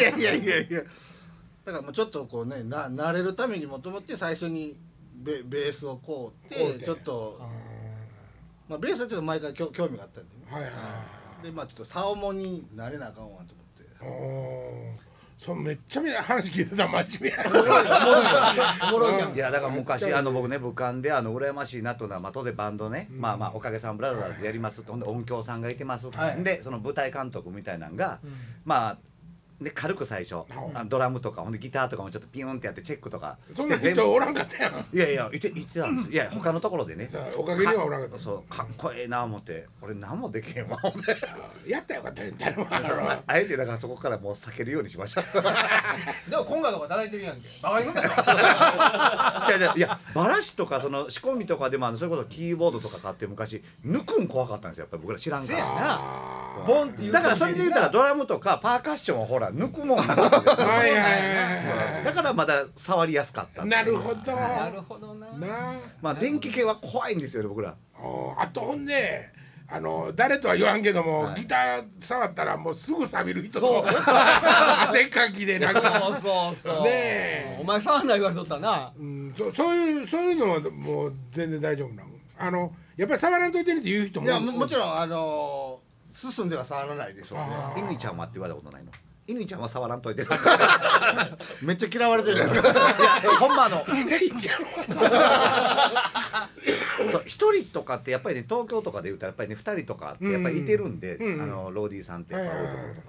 Speaker 4: いやいやいやいやだからもうちょっとこうねな慣れるためにもともって最初にベベースをこう
Speaker 1: こう
Speaker 4: って
Speaker 1: て
Speaker 4: ちょっとまあベースはちょっと前から興興味があったんでね
Speaker 1: はいはい
Speaker 4: でまあちょっとサオモになれなあかんわと思って
Speaker 1: おーそうめっちゃめ話聞いてたら真面目や
Speaker 3: おもろいやん
Speaker 5: いやだから昔あの僕ね武漢であの羨ましいなというのは、まあ、当然バンドね、まあまあおかげさんブラザーズやりますとほんで音響さんがいてます、
Speaker 3: はい
Speaker 5: でその舞台監督みたいなんが、まあで軽く最初、あのドラムとかほんでギターとかもちょっとピヨンってやってチェックとか
Speaker 1: そん
Speaker 5: して
Speaker 1: な
Speaker 5: 全
Speaker 1: 人
Speaker 5: 部
Speaker 1: おらんかったやん
Speaker 5: いやいやいていてたんですいや他のところでね
Speaker 1: そうおかげではおらんかった
Speaker 5: そうかっこええな思って俺何もできへんわ思って
Speaker 1: やったらよかったね誰も
Speaker 5: ああえてだからそこからもう避けるようにしました
Speaker 3: でも今回とか叩いてるやんけバカにすんだよ
Speaker 5: じゃじゃいやバラシとかその仕込みとかでもあのそれこそキーボードとか買って昔抜くん怖かったんですよやっぱり僕ら知らんか
Speaker 3: せや
Speaker 5: ら。
Speaker 1: あ
Speaker 3: ボンっていう
Speaker 5: だからそれで言ったらドラムとかパーカッションはほら抜くもんなかったじゃ
Speaker 1: ー
Speaker 5: ない
Speaker 1: はいはいはいは
Speaker 5: だからまだ触りやすかったっ
Speaker 1: い
Speaker 5: ていう
Speaker 1: なるほど
Speaker 3: な
Speaker 1: な
Speaker 3: るほどな
Speaker 1: あ
Speaker 5: まあ電気系は怖いんですよね僕ら
Speaker 1: おあとほんであの誰とは言わんけども、ギター触ったらもうすぐ錆びる人と 汗かきでなん
Speaker 3: そう
Speaker 1: か、
Speaker 3: そうそう
Speaker 1: ねえ
Speaker 3: お前触んない言われとったな
Speaker 1: うん、そそういうそういうのはもう全然大丈夫なのあのやっぱり触らんといてねって言う人
Speaker 4: い
Speaker 1: も
Speaker 4: やももちろんあのー進んでは触らないですよね
Speaker 1: あー
Speaker 5: 乾ちゃんはって言われたことないの乾ちゃんは触らんといてい
Speaker 4: めっちゃ嫌われてるじゃないですか
Speaker 5: やほんまあの
Speaker 1: いっちゃう
Speaker 5: そう一人とかってやっぱりね東京とかで言うたらやっぱりね二人とかってやっぱりいてるんで、
Speaker 1: うん
Speaker 5: あのローディーさんってやっぱ多いところとか、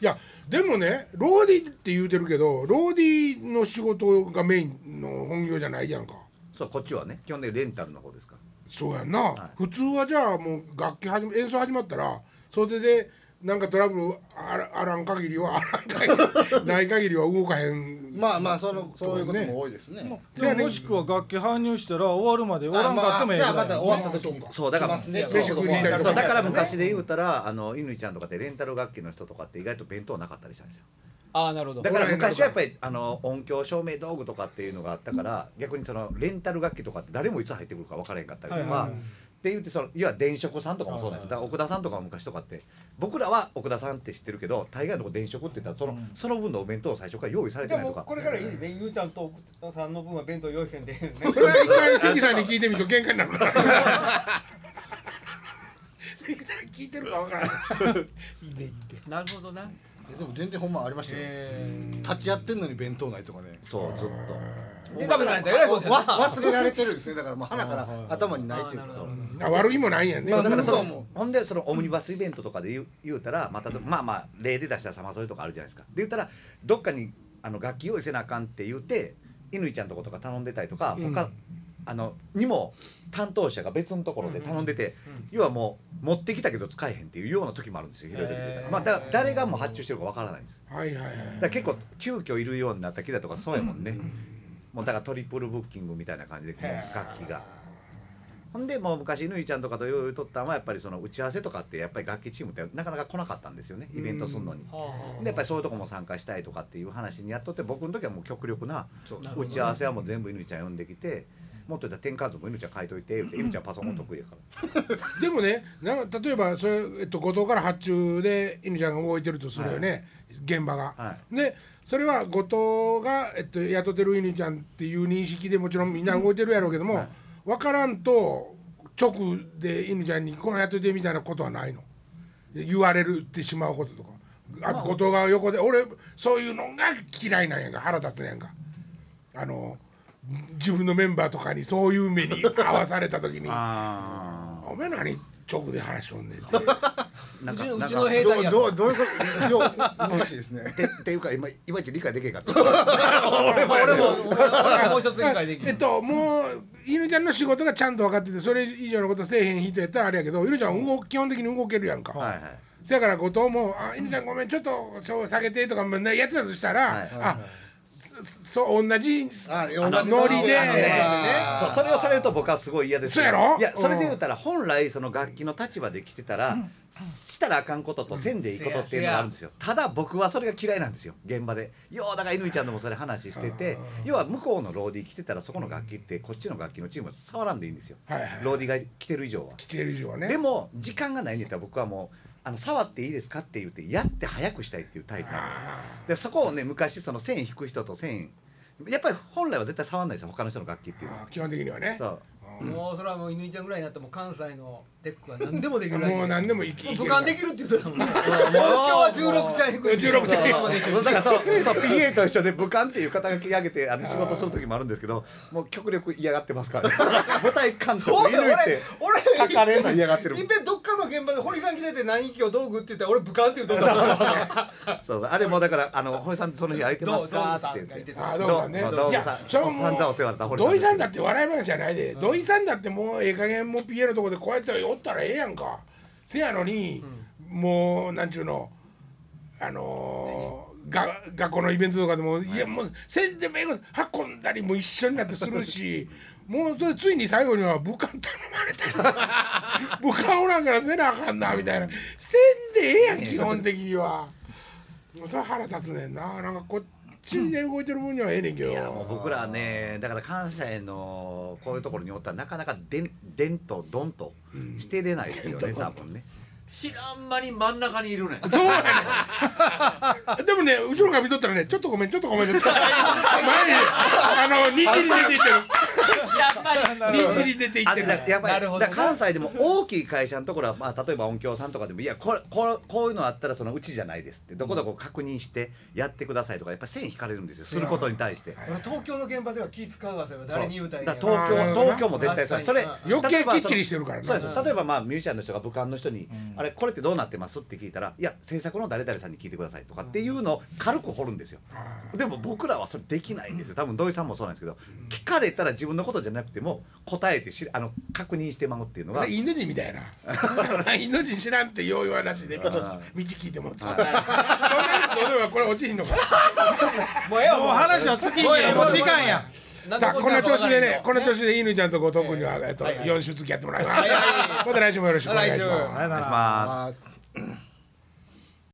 Speaker 1: いやでもねローディって言うてるけどローディの仕事がメインの本業じゃないやんか
Speaker 5: そうこっちはね基本的にレンタルの方ですから
Speaker 1: そうやんな、普通はじゃあもう楽器始め演奏始まったら袖でなんかトラブルあらあらん限りはあらん限 りない限りは動かへん
Speaker 4: まあまあそのそういうことも多いですね
Speaker 2: でももしくは楽器搬入したら終わるまで終わらんかってもええ
Speaker 4: じゃあ
Speaker 2: ぐら
Speaker 4: ま
Speaker 2: い
Speaker 4: た終わった時に
Speaker 5: そうだから
Speaker 4: 来ますね
Speaker 5: そう
Speaker 1: そうレンタル
Speaker 5: そうだから昔で言うたらあの乾ちゃんとかってレンタル楽器の人とかって意外と弁当なかったりしたんですよ
Speaker 3: ああなるほど
Speaker 5: だから昔はやっぱりあの音響照明道具とかっていうのがあったから、逆にそのレンタル楽器とかって誰もいつ入ってくるか分からへんかったりとか、って言ってそのいわゆる電飾さんとかもそうなんですよだから奥田さんとかも昔とかって僕らは奥田さんって知ってるけど大概のとこ電飾って言ったらその,、その分のお弁当を最初から用意され
Speaker 3: じ
Speaker 5: て
Speaker 3: ゃあ
Speaker 5: ない
Speaker 3: も
Speaker 5: と
Speaker 3: う
Speaker 5: か
Speaker 3: これからいいねゆうちゃんと奥田さんの分は弁当用意せんでね
Speaker 1: それは一回関さんに聞いてみると喧嘩になるから関さん聞いてるかわ からないいいねいいね
Speaker 3: なるほど な
Speaker 4: えでも全然ほんまありましたよ立ち会ってんのに弁当ないとかね
Speaker 5: そうずっと。
Speaker 3: 岡部さんやったらえらいことやな
Speaker 4: わ忘れられてるんですねだからもう鼻から頭にないっていうか
Speaker 5: そう
Speaker 1: あ悪いもないんやね、
Speaker 4: まあ
Speaker 5: だからその
Speaker 4: 向こうも
Speaker 5: ほんでそのオムニバスイベントとかで言う言うたらまたまあまあ例で出したサマソリとかあるじゃないですかで言ったらどっかにあの楽器用意せなあかんって言うて乾ちゃんとことか頼んでたりとか他、あのにも担当者が別のところで頼んでて、要はもう持ってきたけど使えへんっていうような時もあるんですよ広い時で
Speaker 3: へー
Speaker 5: まあだ誰がもう発注してるかわからないんです
Speaker 1: はいはいはい
Speaker 5: だから結構急遽いるようになった木だとかそうやもんね、もうだからトリプルブッキングみたいな感じでこの楽器が。ほんでもう昔ぬいちゃんとかとようとったんはやっぱりその打ち合わせとかってやっぱり楽器チームってなかなか来なかったんですよねイベントするのに。でやっぱりそういうとこも参加したいとかっていう話にやっとって僕の時はもう極力な
Speaker 4: そう
Speaker 5: 打ち合わせはもう全部犬ちゃん呼んできてもっと言ったら天下図も犬ちゃん書いといて言うて犬ちゃんパソコン得意やから
Speaker 1: でもねなんか例えばそれ、えっと、後藤から発注で犬ちゃんが動いてるとするよね、現場が。
Speaker 5: は
Speaker 1: でそれは後藤が、えっと、雇ってる犬ちゃんっていう認識でもちろんみんな動いてるやろうけども、分からんと直で犬ちゃんに「この雇って」みたいなことはないので言われるってしまうこととか。あと後藤が横で俺そういうのが嫌いなんやんか腹立つねやんかあの自分のメンバーとかにそういう目に合わされた 時に
Speaker 5: あ
Speaker 1: お前何直で話しとんねんって。
Speaker 5: な
Speaker 3: うんち
Speaker 5: か
Speaker 3: う
Speaker 5: なん
Speaker 3: ち
Speaker 5: か
Speaker 3: の兵隊や
Speaker 4: どうどうどういうことよう難しいですね
Speaker 5: てっていうか今いまいち理解できへんかった
Speaker 3: 俺も俺も俺ももう一つ理解でき
Speaker 1: えっ
Speaker 3: る
Speaker 1: ともう犬ちゃんの仕事がちゃんと分かっててそれ以上のことせえへん人やったらあれやけど犬ちゃん動基本的に動けるやんか、
Speaker 5: はいはい
Speaker 1: せやから後藤も「あ犬ちゃんごめんちょっとそう下げて」とかもやってたとしたら、
Speaker 5: はい
Speaker 1: あそそう同じ
Speaker 4: あ
Speaker 5: あの
Speaker 1: ノリで
Speaker 5: あのね
Speaker 4: あー
Speaker 5: そうそれをされると僕はすごい嫌です
Speaker 1: そうやろ
Speaker 5: いやそれで言うたら本来その楽器の立場で来てたらしたらあかんこととせんでいいことっていうのがあるんですよただ僕はそれが嫌いなんですよ現場でようだから乾ちゃんともそれ話してて要は向こうのローディー来てたらそこの楽器ってこっちの楽器のチームは触らんでいいんですよ
Speaker 1: はいはい
Speaker 5: ローディーが来てる以上は
Speaker 1: 来てる以上はね
Speaker 5: でも時間がないんだったら僕はもうあの触っていいですかって言ってやって早くしたいっていうタイプなんですよでそこをね昔その線引く人と線やっぱり本来は絶対触んないですよ他の人の楽器っていうのは
Speaker 1: あ基本的にはね
Speaker 5: そう
Speaker 1: うん
Speaker 3: もうそれはもう犬ちゃんぐらいになっても関西のテックは何でもできるらしい
Speaker 1: もう何でもいきい
Speaker 3: 武
Speaker 1: ける
Speaker 3: 漢できるって言ってたもんね東京は16ちゃん低い
Speaker 1: 16ちゃん低い
Speaker 3: 何でもできる
Speaker 5: だからそのその PA と一緒で武漢っていう肩書き上げてあの仕事する時もあるんですけ どもう極力嫌がってますからね舞台監督
Speaker 3: 俺
Speaker 5: 射抜いて
Speaker 3: 俺
Speaker 5: 書かれるの嫌がってる
Speaker 3: いっぺんどっかの現場で堀さん来てて何今日道具って言ったら俺武漢って言ってたもん
Speaker 5: そうそうあれもだからあの堀さんってその日空いてますか
Speaker 3: どう
Speaker 5: って言って
Speaker 3: どう
Speaker 1: あどう
Speaker 5: ど
Speaker 1: か
Speaker 5: う
Speaker 1: ね
Speaker 5: そうどう
Speaker 1: いや
Speaker 5: さん
Speaker 1: それは
Speaker 5: お散々
Speaker 1: も
Speaker 5: お世話になった
Speaker 1: う
Speaker 5: 堀
Speaker 1: 土井
Speaker 5: さ
Speaker 1: さ
Speaker 5: ん
Speaker 1: んだって笑い話じゃないで土井さんだってもうええ加減もう PA のとこでこうやっておったらええやんかせやのに、もうなんちゅうのあのーが学校のイベントとかでも、い、やもう全然もええこと運んだりも一緒になってする しもうそれついに最後には武漢頼まれ た武漢おらんからせなあかんなみたいなせんでええやん基本的には。もうそれ腹立つねんななんかこっちで動いてる分にはええねんけど。
Speaker 5: もう僕らねだから関西のこういうところにおったらなかなかでんでんとどんとしてれないですよね多分ね
Speaker 6: 知らん間に真ん中にいるね
Speaker 1: そうやねん でもね後ろから見とったらねちょっとごめんちょっとご めんって前にあのにじり出ていってるにじり出ていっ
Speaker 5: あ
Speaker 1: て
Speaker 5: れ
Speaker 1: る
Speaker 5: だやっぱ
Speaker 3: なる
Speaker 5: り
Speaker 3: ほど
Speaker 5: だ
Speaker 3: な
Speaker 5: から関西でも大きい会社のところは、まあ、例えば音響さんとかでもいやこれこうこういうのあったらそのうちじゃないですってどこどこ確認してやってくださいとかやっぱ線引かれるんですよすることに対して。
Speaker 3: 俺東京の現場では気使うわそれは
Speaker 5: そう
Speaker 3: 誰に言うたらいいんや
Speaker 5: だから
Speaker 1: あー
Speaker 5: 東京東京も絶対そう
Speaker 3: 確
Speaker 5: そ
Speaker 3: かに
Speaker 5: れ
Speaker 1: 余計
Speaker 5: 例えば
Speaker 1: きっちりしてるからね
Speaker 5: そうですよ例えばまあミュージシャンの人が武漢の人に「あれこれってどうなってます?」って聞いたら「いや制作の誰々さんに聞いてください」とかっていうのを軽く掘るんですよでも僕らはそれできないんですよ多分土井さんもそうなんですけど聞かれたら自分のことじゃなくても答えてしあの確認してまうっていうのが
Speaker 1: インド人みたいな インド人知らんってよう言わなしで道道聞いてもらってそんなやつどうでもこれ落ちひんのか
Speaker 3: もうええわ
Speaker 2: もう話は尽きんけど
Speaker 3: もうええわ
Speaker 2: もう時間や
Speaker 3: なんで
Speaker 1: さあこんな調子でねこんな調
Speaker 3: 子
Speaker 1: 子で乾ちゃんとごとくにはえっと
Speaker 3: はいはい
Speaker 1: 4週付き合ってもらいます
Speaker 3: はいはい
Speaker 1: また来週もよろしくお願いし
Speaker 3: 来週
Speaker 1: ます
Speaker 2: さよな
Speaker 5: お願いし
Speaker 2: ら
Speaker 5: ます。
Speaker 4: す